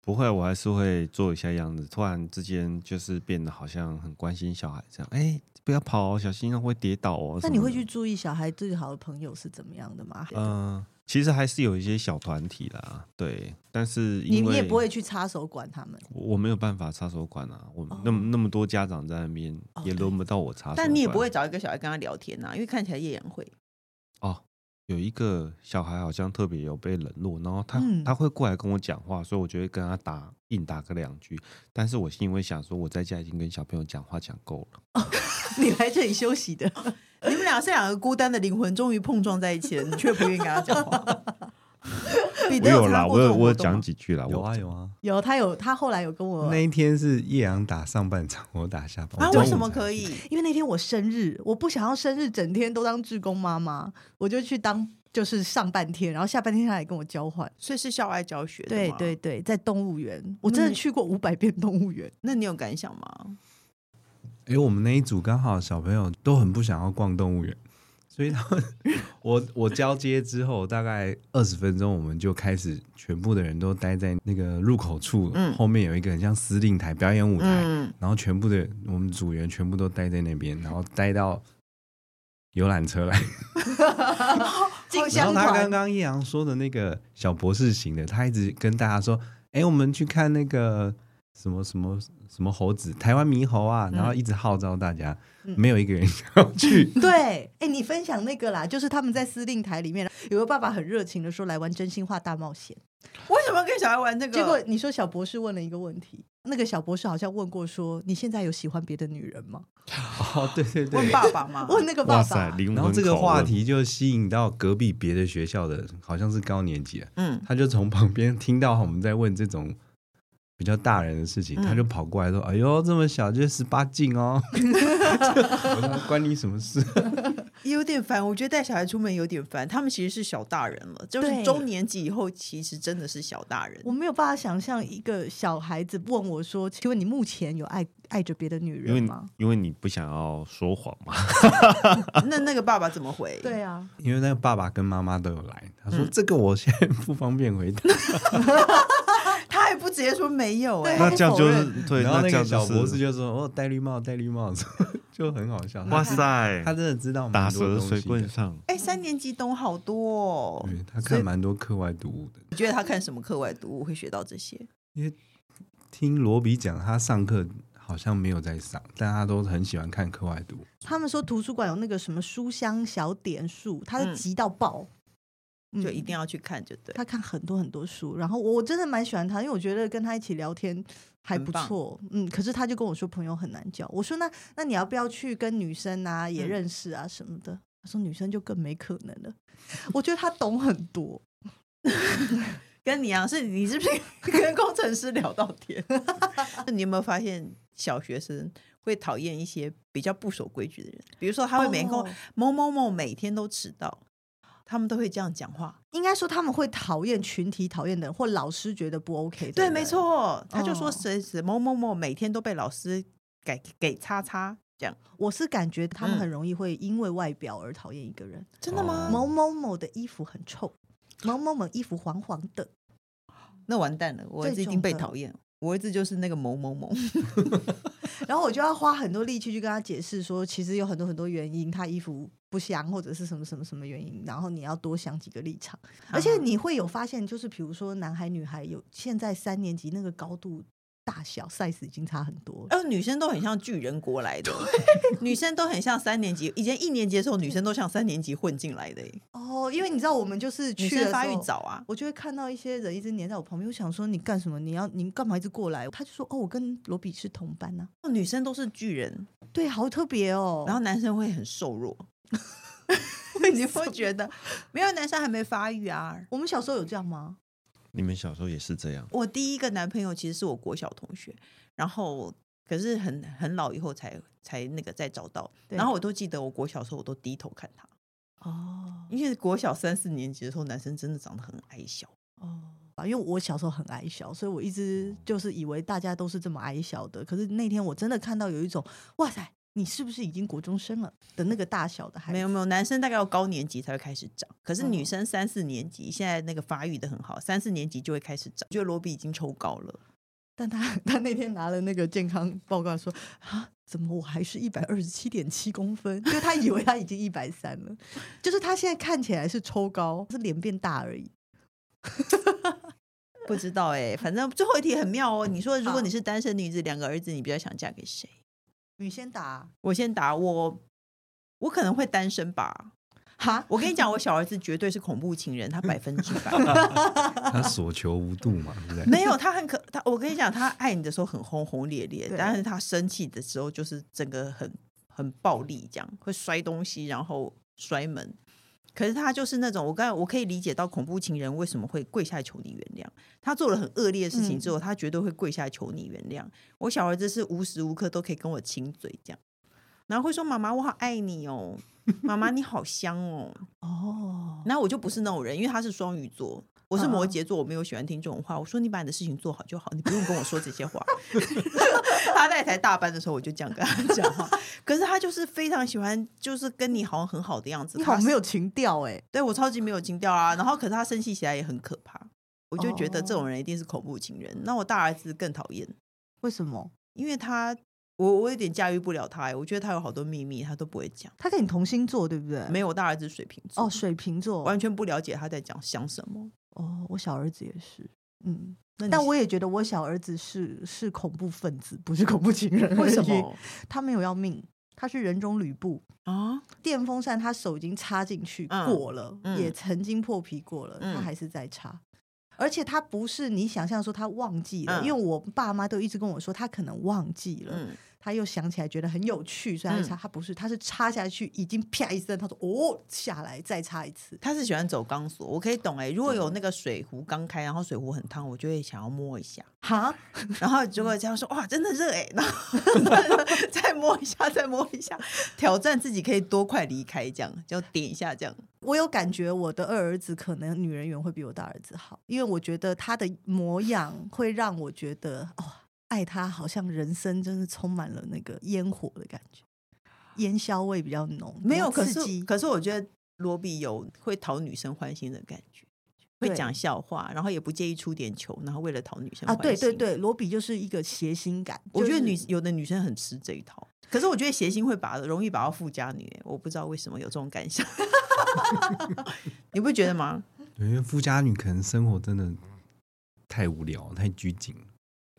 S4: 不会，我还是会做一下样子。突然之间就是变得好像很关心小孩这样，哎，不要跑哦，小心哦会跌倒哦。
S2: 那
S4: 什
S2: 你
S4: 么
S2: 会
S4: 的
S2: 去？注意小孩最好的朋友是怎么样的吗？
S4: 嗯、其实还是有一些小团体啦，对，但是
S2: 你
S4: 因为
S2: 你也不会去插手管他们，
S4: 我，我没有办法插手管啊。我那么、那么多家长在那边，
S2: 哦
S4: 也轮不到我插手管。
S1: 但你也不会找一个小孩跟他聊天呐、啊因为看起来叶阳会。
S4: 哦。有一个小孩好像特别有被冷落，然后他、
S2: 嗯
S4: 他会过来跟我讲话，所以我就会跟他打硬打个两句。但是我心里会想说，我在家已经跟小朋友讲话讲够了。
S2: 你来这里休息的，
S1: 你 们俩是两个孤单的灵魂，终于碰撞在一起了，你却不愿意跟他讲话。
S2: 你
S4: 我
S2: 都
S4: 有
S2: 参
S4: 啦，
S2: 加过
S4: 我
S2: 这
S4: 有
S2: 种
S4: 我有
S2: 活动吗
S4: 讲几句啦，
S3: 有
S4: 我
S3: 啊有啊。
S2: 有他有他后来有跟我
S3: 那一天是叶阳打上半场，我打下半
S1: 啊，
S3: 场。
S1: 为什么可以？
S2: 因为那天我生日，我不想要生日整天都当志工妈妈，我就去当就是上半天，然后下半天他来跟我交换。
S1: 所以是校外教学的
S2: 对
S1: 吗
S2: 对，对，在动物园，我真
S1: 嗯
S2: 的去过五百遍动物园。
S1: 那你有感想吗？
S3: 哎、我们那一组刚好小朋友都很不想要逛动物园，所以他们我我交接之后，大概二十分钟，我们就开始全部的人都待在那个入口处，
S1: 嗯
S3: 后面有一个很像司令台表演舞台，
S1: 嗯，
S3: 然后全部的我们组员全部都待在那边，然后待到游览车来。
S2: 进
S3: 然后
S2: 香
S3: 他刚
S2: 团，
S3: 刚叶阳说的那个小博士型的，他一直跟大家说：“哎，我们去看那个什么什么什么猴子，台湾猕猴啊！”然后一直号召大家，
S2: 嗯。
S3: 没有一个人想要去
S2: 对，哎、你分享那个啦，就是他们在司令台里面，有个爸爸很热情的说来玩真心话大冒险。
S1: 为什么跟小孩玩这个？
S2: 结果你说小博士问了一个问题，那个小博士好像问过说，你现在有喜欢别的女人吗？
S3: 哦，对对 对
S1: 问。爸爸 吗？
S2: 问那个爸
S4: 哇塞，
S2: 爸，
S4: 灵魂
S3: 然后这个
S4: 拷问
S3: 话题就吸引到隔壁别的学校的，好像是高年级、啊，
S1: 嗯，
S3: 他就从旁边听到我们在问这种比较大人的事情，
S1: 嗯
S3: 他就跑过来说：“哎呦，这么小就十八禁 哦！”我说：“关你什么事？”
S1: 也有点烦。我觉得带小孩出门有点烦，他们其实是小大人了，就是
S2: 对
S1: 中年级以后，其实真的是小大人。
S2: 我没有办法想象一个小孩子问我说：“请问你目前有爱爱着别的女
S4: 因为
S2: 人
S4: 你
S2: 吗
S4: 因为你不想要说谎嘛，
S1: 那那个爸爸怎么回？？”
S2: 对啊，
S3: 因为那个爸爸跟妈妈都有来，他说
S1: 嗯
S3: 这个我现在不方便回答。
S1: 他还不直接说没有哎、
S2: 对
S4: 那这样就
S2: 他
S4: 是对，
S3: 然后
S4: 那
S3: 那
S4: 这
S3: 个
S4: 样就
S3: 小
S4: 是
S3: 博士就说：“哦，戴绿帽，戴绿帽。” 就很好笑。
S4: 哇
S3: 他
S4: 塞，
S3: 他真的知道
S4: 打
S3: 蛮多
S4: 蛇
S3: 东西的
S4: 随棍，上，
S1: 哎、三年级懂好多哦。
S3: 对他
S1: 所以
S3: 看蛮多课外读物的。
S1: 你觉得他看什么课外读物会学到这些？
S3: 听罗比讲，他上课好像没有在上，但他都很喜欢看课外读 物。
S2: 他们说图书馆有那个什么书香小点数，他是
S1: 嗯
S2: 急到爆，嗯
S1: 就一定
S2: 要。
S1: 要去看，就对。
S2: 他看很多很多书，然后我我真的蛮喜欢他，因为我觉得跟他一起聊天还
S1: 很
S2: 不
S1: 棒
S2: 错。嗯，可是他就跟我说朋友很难交，我说那那你要不要去跟女生啊也
S1: 嗯
S2: 认识啊什么的？他说女生就更没可能了。 我觉得他懂很多，
S1: 跟你一样，是你是不是跟工程师聊到 天？那你有没有发现小学生会讨厌一些比较不守规矩的人？比如说，他会每天跟我、
S2: 哦
S1: 某某某每天都迟到，他们都会这样讲话。
S2: 应该说他们会讨厌群体讨厌的人，或老师觉得不 OK 的
S1: 对，
S2: 人
S1: 没。错，他就说
S2: 哦
S1: 谁谁某某某每天都被老师给给叉叉这样，
S2: 我是感觉他们
S1: 嗯
S2: 很容易会因为外表而讨厌一个人。
S1: 真的吗？
S2: 某某某的衣服很臭，某某某衣服黄黄的。
S1: 那完蛋了，我儿
S2: 这
S1: 子一定
S2: 种
S1: 被
S2: 的
S1: 讨厌。我儿子就是那个某某某，
S2: 然后我就要花很多力气去跟他解释说，其实有很多很多原因，他衣服不香或者是什么什么什么原因，然后你要多想几个立场。而
S1: 嗯
S2: 且你会有发现，就是比如说男孩女孩有现在三年级那个高度大小 size 已经差很多了。
S1: 呃，女生都很像巨人国来的，女生都很像三年级，以前一年级的时候，女生都像三年级混进来的耶，欸
S2: 哦，因为你知道我们就是
S1: 女
S2: 去
S1: 生
S2: 了
S1: 发育早啊。
S2: 我就会看到一些人一直黏在我旁边，我想说你干什么？你要你干嘛一直过来？他就说哦，我跟罗比是同班呐、
S1: 哦女生都是巨人，
S2: 对，好特别哦。
S1: 然后男生会很瘦 弱，你会觉得没有男生还没发育啊。
S2: 我们小时候有这样吗？
S4: 你们小时候也是这样，
S1: 我第一个男朋友其实是我国小同学，然后可是很很老以后才才那个再找到，
S2: 对
S1: 然后我都记得我国小的时候我都低头看他，
S2: 哦
S1: 因为国小三四年级的时候男生真的长得很矮小，
S2: 哦，因为我小时候很矮小，所以我一直
S1: 哦
S2: 就是以为大家都是这么矮小的。可是那天我真的看到有一种哇塞，你是不是已经国中生了的那个大小的孩子？
S1: 没有没有，男生大概要高年级才会开始长，可是女
S2: 哦
S1: 生三四年级现在那个发育的很好，三四年级就会开始长。我觉得罗比已经抽高了，
S2: 但他他那天拿了那个健康报告说啊，怎么我还是一百二十七点七公分？就他以为他已经一百三了，就是他现在看起来是抽高，是脸变大而已。
S1: 不知道哎、反正最后一题很妙哦。你说如果
S2: 好
S1: 你是单身女子，两个儿子，你比较想嫁给谁？
S2: 你先打
S1: 我先答我，我可能会单身吧。
S2: 哈，
S1: 我跟你讲，我小儿子绝对是恐怖情人，他百分之百。
S3: 他所求无度嘛，对不对？
S1: 没有，他很可他，我跟你讲，他爱你的时候很轰轰烈烈，
S2: 对
S1: 但是他生气的时候就是整个很很暴力，这样会摔东西，然后摔门。可是他就是那种，我刚才我可以理解到恐怖情人为什么会跪下来求你原谅。他做了很恶劣的事情之后，他绝对会跪下来求你原谅。我小儿子是无时无刻都可以跟我亲嘴这样，然后会说：“妈妈，我好爱你哦，妈妈你好香哦。”
S2: 哦，
S1: 那我就不是那种人，因为他是双鱼座，我是摩
S2: 嗯
S1: 羯座，我没有喜欢听这种话。我说你把你的事情做好就好，你不用跟我说这些话。 他在才大班的时候，我就这样跟他讲话。可是他就是非常喜欢，就是跟你好像很好的样子。
S2: 你好
S1: 他
S2: 没有情调哎、
S1: 对我超级没有情调啊。然后，可是他生气起来也很可怕，我就觉得这种
S2: 哦
S1: 人一定是恐怖情人。那我大儿子更讨厌，
S2: 为什么？
S1: 因为他我我有点驾驭不了他、欸，我觉得他有好多秘密他都不会讲。
S2: 他跟你同星座对不对？
S1: 没有，我大儿子水瓶座
S2: 哦，水瓶座
S1: 完全不了解他在讲想什么。
S2: 哦，我小儿子也是，嗯，
S1: 那你
S2: 但我也觉得我小儿子是是恐怖分子，不是恐怖情 人。
S1: 为什？么
S2: 他没有要命，他是人中吕布。
S1: 啊？
S2: 电风扇他手已经插进去、
S1: 嗯
S2: 过了，
S1: 嗯
S2: 也曾经破皮过了，
S1: 嗯
S2: 他还是在插。而且他不是你想象说他忘记了，
S1: 嗯
S2: 因为我爸妈都一直跟我说他可能忘记了，
S1: 嗯，
S2: 他又想起来觉得很有趣，所以他就插。他不是，他是插下去已经啪一声，他说哦下来再插一次。
S1: 他是喜欢走钢索，我可以懂哎、如果有那个水壶刚开，然后水壶很烫，我就会想要摸一 下。
S2: 哈，
S1: 然后结果这样说，哇，真的热哎、 然后再摸一下，再摸一下，挑战自己可以多快离开，这样就点一下这样。
S2: 我有感觉，我的二儿子可能女人缘会比我大儿子好，因为我觉得他的模样会让我觉得哦，爱他好像人生真是充满了那个烟火的感觉，烟硝味比较浓，
S1: 没有，
S2: 比较
S1: 可
S2: 刺
S1: 是
S2: 激
S1: 可是我觉得罗比有会讨女生欢心的感觉，会
S2: 对
S1: 讲笑话，然后也不介意出点球，然后为了讨女生
S2: 啊，
S1: 欢心
S2: 对对。对，罗比就是一个谐星感，
S1: 我觉得
S2: 就
S1: 女
S2: 是
S1: 有的女生很吃这一套，可是我觉得谐星会把容易把到富家女欸、我不知道为什么有这种感想， 你不觉得吗？
S3: 对，因为富家女可能生活真的太无聊、太拘谨，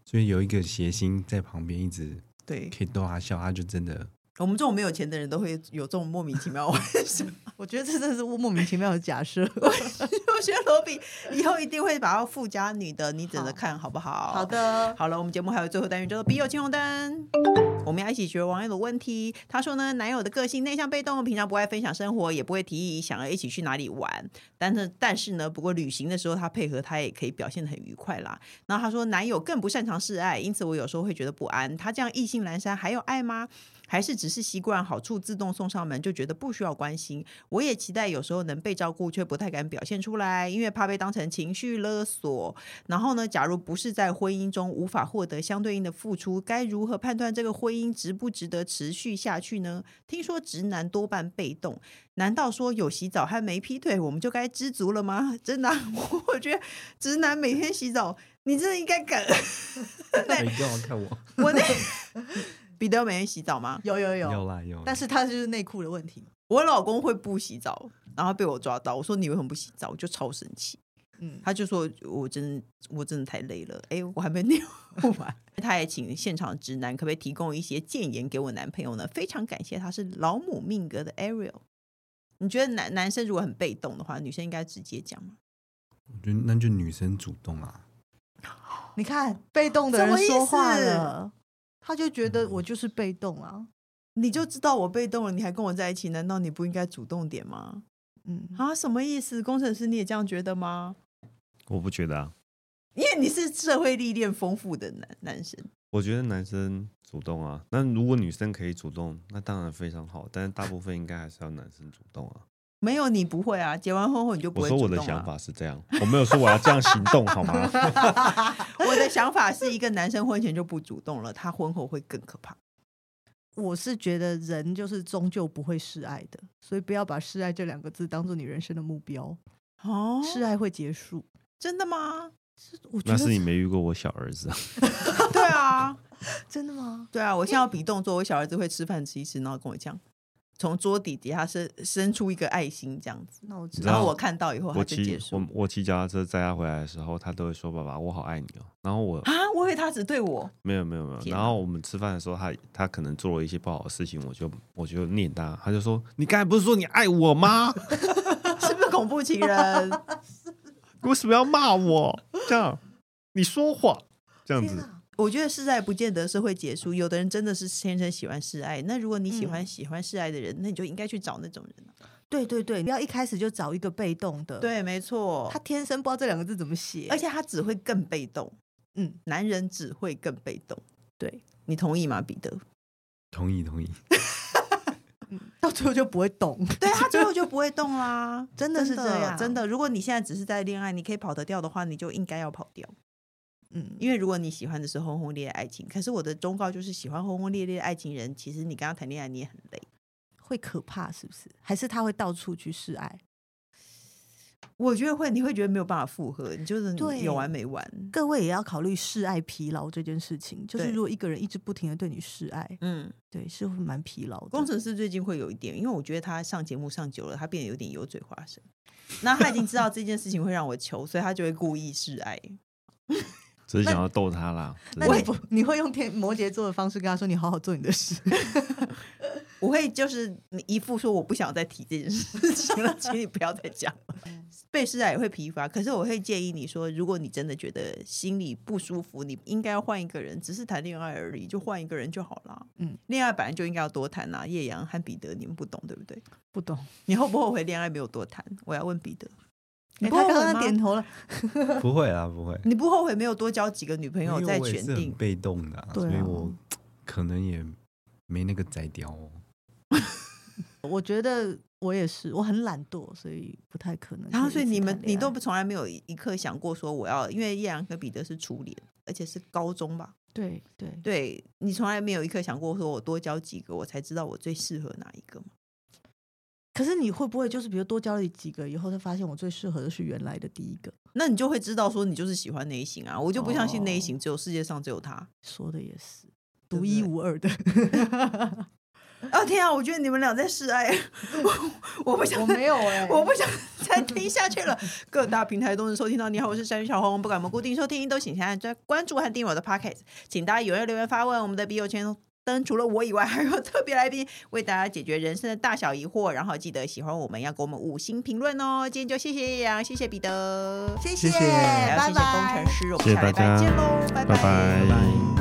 S3: 所以有一个谐星在旁边一直
S1: 对
S3: 可以逗她笑，她就真的
S1: 我们这种没有钱的人都会有这种莫名其妙的幻想。
S2: 我觉得这真的是莫名其妙的假设。
S1: 我 觉得罗比以后一定会把到富家女的，你等着看好不好？
S2: 好。的，
S1: 好了，我们节目还有最后单元叫做“笔友青红灯”，我们要一起学网友的问题。他说呢，男友的个性内向被动，平常不爱分享生活，也不会提议想要一起去哪里玩。但是但是呢，不过旅行的时候他配合，他也可以表现的很愉快啦。然后他说，男友更不擅长示爱，因此我有时候会觉得不安。他这样意兴阑珊，还有爱吗？还是只是习惯好处自动送上门，就觉得不需要关心？我也期待有时候能被照顾，却不太敢表现出来，因为怕被当成情绪勒索。然后呢，假如不是在婚姻中无法获得相对应的付出，该如何判断这个婚姻值不值得持续下去呢？听说直男多半被动，难道说有洗澡和没劈腿我们就该知足了吗？ 真的啊、我觉得直男每天洗澡，你真的应该感恩。
S3: 哎，干嘛 看我？
S1: 我那彼得每天洗澡吗？
S2: 有有
S3: 要
S2: 有，
S3: 啦要啦，
S2: 但是他就是内裤的问题。
S1: 我老公会不洗澡，然后被我抓到，我说你为什么不洗澡？我就超生气。
S2: 嗯，
S1: 他就说：“我真的我真的太累了，哎，我还没尿完。”他也请现场直男可不可以提供一些建言给我男朋友呢？非常感谢，他是老母命格的 Ariel。你觉得男男生如果很被动的话，女生应该直接讲吗？
S3: 我觉得那就女生主动啊，
S2: 你看被动的
S1: 什
S2: 人
S1: 么意
S2: 说话
S1: 思嗯
S2: 了，他就觉得我就是被动啊。
S1: 你就知道我被动了，你还跟我在一起，难道你不应该主动点吗？
S2: 嗯，
S1: 啊，什么意思？工程师你也这样觉得吗？
S4: 我不觉得啊，
S1: 因为你是社会历练丰富的男男生，
S4: 我觉得男生主动啊，那如果女生可以主动，那当然非常好，但是大部分应该还是要男生主动啊。
S1: 没有你不会啊，结完婚后你就不
S4: 我
S1: 会
S4: 说
S1: 主动、
S4: 我
S1: 啊、
S4: 的想法是这样，我没有说我要这样行动，好吗？
S1: 我的想法是一个男生婚前就不主动了，他婚后会更可怕。
S2: 我是觉得人就是终究不会示爱的，所以不要把示爱这两个字当做你人生的目标，
S1: 哦
S2: 示爱会结束。
S1: 真的吗？
S2: 我觉
S4: 那是你
S2: 得
S4: 没遇过我小儿子啊，
S1: 对啊，
S2: 真的吗？
S1: 对啊，我现在要比动作，我小儿子会吃饭吃一吃，然后跟我讲，从桌底底下伸伸出一个爱心这样子，
S2: 那我知
S4: 你知
S1: 然
S4: 道
S1: 后我看到以后他
S4: 我
S1: 就
S4: 骑
S1: 结束
S4: 我我骑脚踏车载他回来的时候，他都会说：“爸爸，我好爱你哦。”然后我
S1: 啊，我以为他只对 我，
S4: 没有没有没有。
S1: 天
S4: 然
S1: 哪
S4: 后我们吃饭的时候，他他可能做了一些不好的事情，我就我就念他，他就说：“你刚才不是说你爱我吗？
S1: 是不是恐怖情人？
S4: 你为什么要骂我？这样你说谎，这样
S2: 天
S4: 子。
S2: 哪，
S1: 我觉得示爱不见得是会结束，有嗯的人真的是天生喜欢示爱。那如果你喜欢喜欢示爱的人，那你就应该去找那种人啊、
S2: 对对对，不要一开始就找一个被动的，，
S1: 对，没错。
S2: 他天生不知道这两个字怎么写，
S1: 而且他只会更被动，
S2: 嗯，
S1: 男人只会更被动。
S2: 对，
S1: 你同意吗，彼 得？
S3: 同意同意，
S2: 到最后就不会懂，
S1: 对啊他最后就不会动啦，
S2: 真的是这样
S1: 真的。如果你现在只是在恋爱，你可以跑得掉的话，你就应该要跑掉。
S2: 嗯，
S1: 因为如果你喜欢的是轰轰烈烈的爱情，可是我的忠告就是，喜欢轰轰烈烈的爱情人，其实你跟他谈恋爱你也很累。
S2: 会可怕是不是？还是他会到处去示爱？
S1: 我觉得会，你会觉得没有办法复合，你就是
S2: 对
S1: 有完没完。
S2: 各位也要考虑示爱疲劳这件事情，就是
S1: 对
S2: 如果一个人一直不停的对你示爱，
S1: 嗯，
S2: 对，是会蛮疲劳的。
S1: 工程师最近会有一点，因为我觉得他上节目上久了，他变得有点油嘴滑舌。那他已经知道这件事情会让我求，所以他就会故意示爱。
S4: 只是想要逗他啦。
S2: 那
S4: 只
S2: 你
S4: 是
S2: 不你会用天摩羯座的方式跟他说，你好好做你的事，
S1: 我会就是一副说我不想再提这件事情了，请你不要再讲了。
S2: 嗯
S1: 被施爱也会疲乏，可是我会建议你说，如果你真的觉得心里不舒服，你应该要换一个人，只是谈恋爱而已，就换一个人就好啦。
S2: 嗯
S1: 嗯，恋爱本来就应该要多谈啦、叶阳和彼得，你们不懂对不对？
S2: 不懂。
S1: 你后不后悔恋爱没有多谈？我要问彼得，
S2: 你
S1: 哎
S2: 不过
S1: 他
S2: 刚
S1: 刚
S2: 刚
S1: 刚
S2: 点
S1: 点
S2: 头了，
S3: 不会啦，不会。
S1: 你不后悔 没有多交几个女朋友
S3: 因为
S1: 再
S3: 我也
S1: 选
S3: 是很
S1: 定？
S3: 被动的、啊，
S2: 对啊
S3: 所以我可能也没那个摘雕哦。
S2: 我觉得我也是，我很懒惰，所以不太可能可以一直谈恋爱。
S1: 然后，所以你们你都不从来没有一刻想过说我要，因为叶阳和彼得是初恋，而且是高中吧？
S2: 对对，
S1: 对你从来没有一刻想过说我多交几个，我才知道我最适合哪一个吗？
S2: 可是你会不会就是比如多交了几个以后，才发现我最适合的是原来的第一个？
S1: 那你就会知道说你就是喜欢那一型啊，我就不相信那一
S2: 哦
S1: 型只有世界上只有他。
S2: 说的也是，
S1: 对
S2: 独
S1: 不
S2: 一
S1: 对
S2: 无二的。
S1: 啊天啊，我觉得你们俩在示爱， 我我不想
S2: 我没有哎、
S1: 我不想再听下去了。各大平台都能收听到。你好，我是山小红。不管我们固定收听，都请现在关注和订阅我的 Podcast。请大家踊跃留言发问。我们的笔友圈灯除了我以外，还有特别来宾为大家解决人生的大小疑惑。然后记得喜欢我们要给我们五星评论哦。今天就谢谢叶阳，谢谢彼得，
S2: 谢
S3: 谢谢
S1: 还有
S2: 拜
S1: 谢谢工
S2: 拜
S1: 程。师。我们
S4: 谢谢
S1: 下礼拜
S4: 大家
S1: 见喽，拜
S4: 拜拜
S3: 拜拜。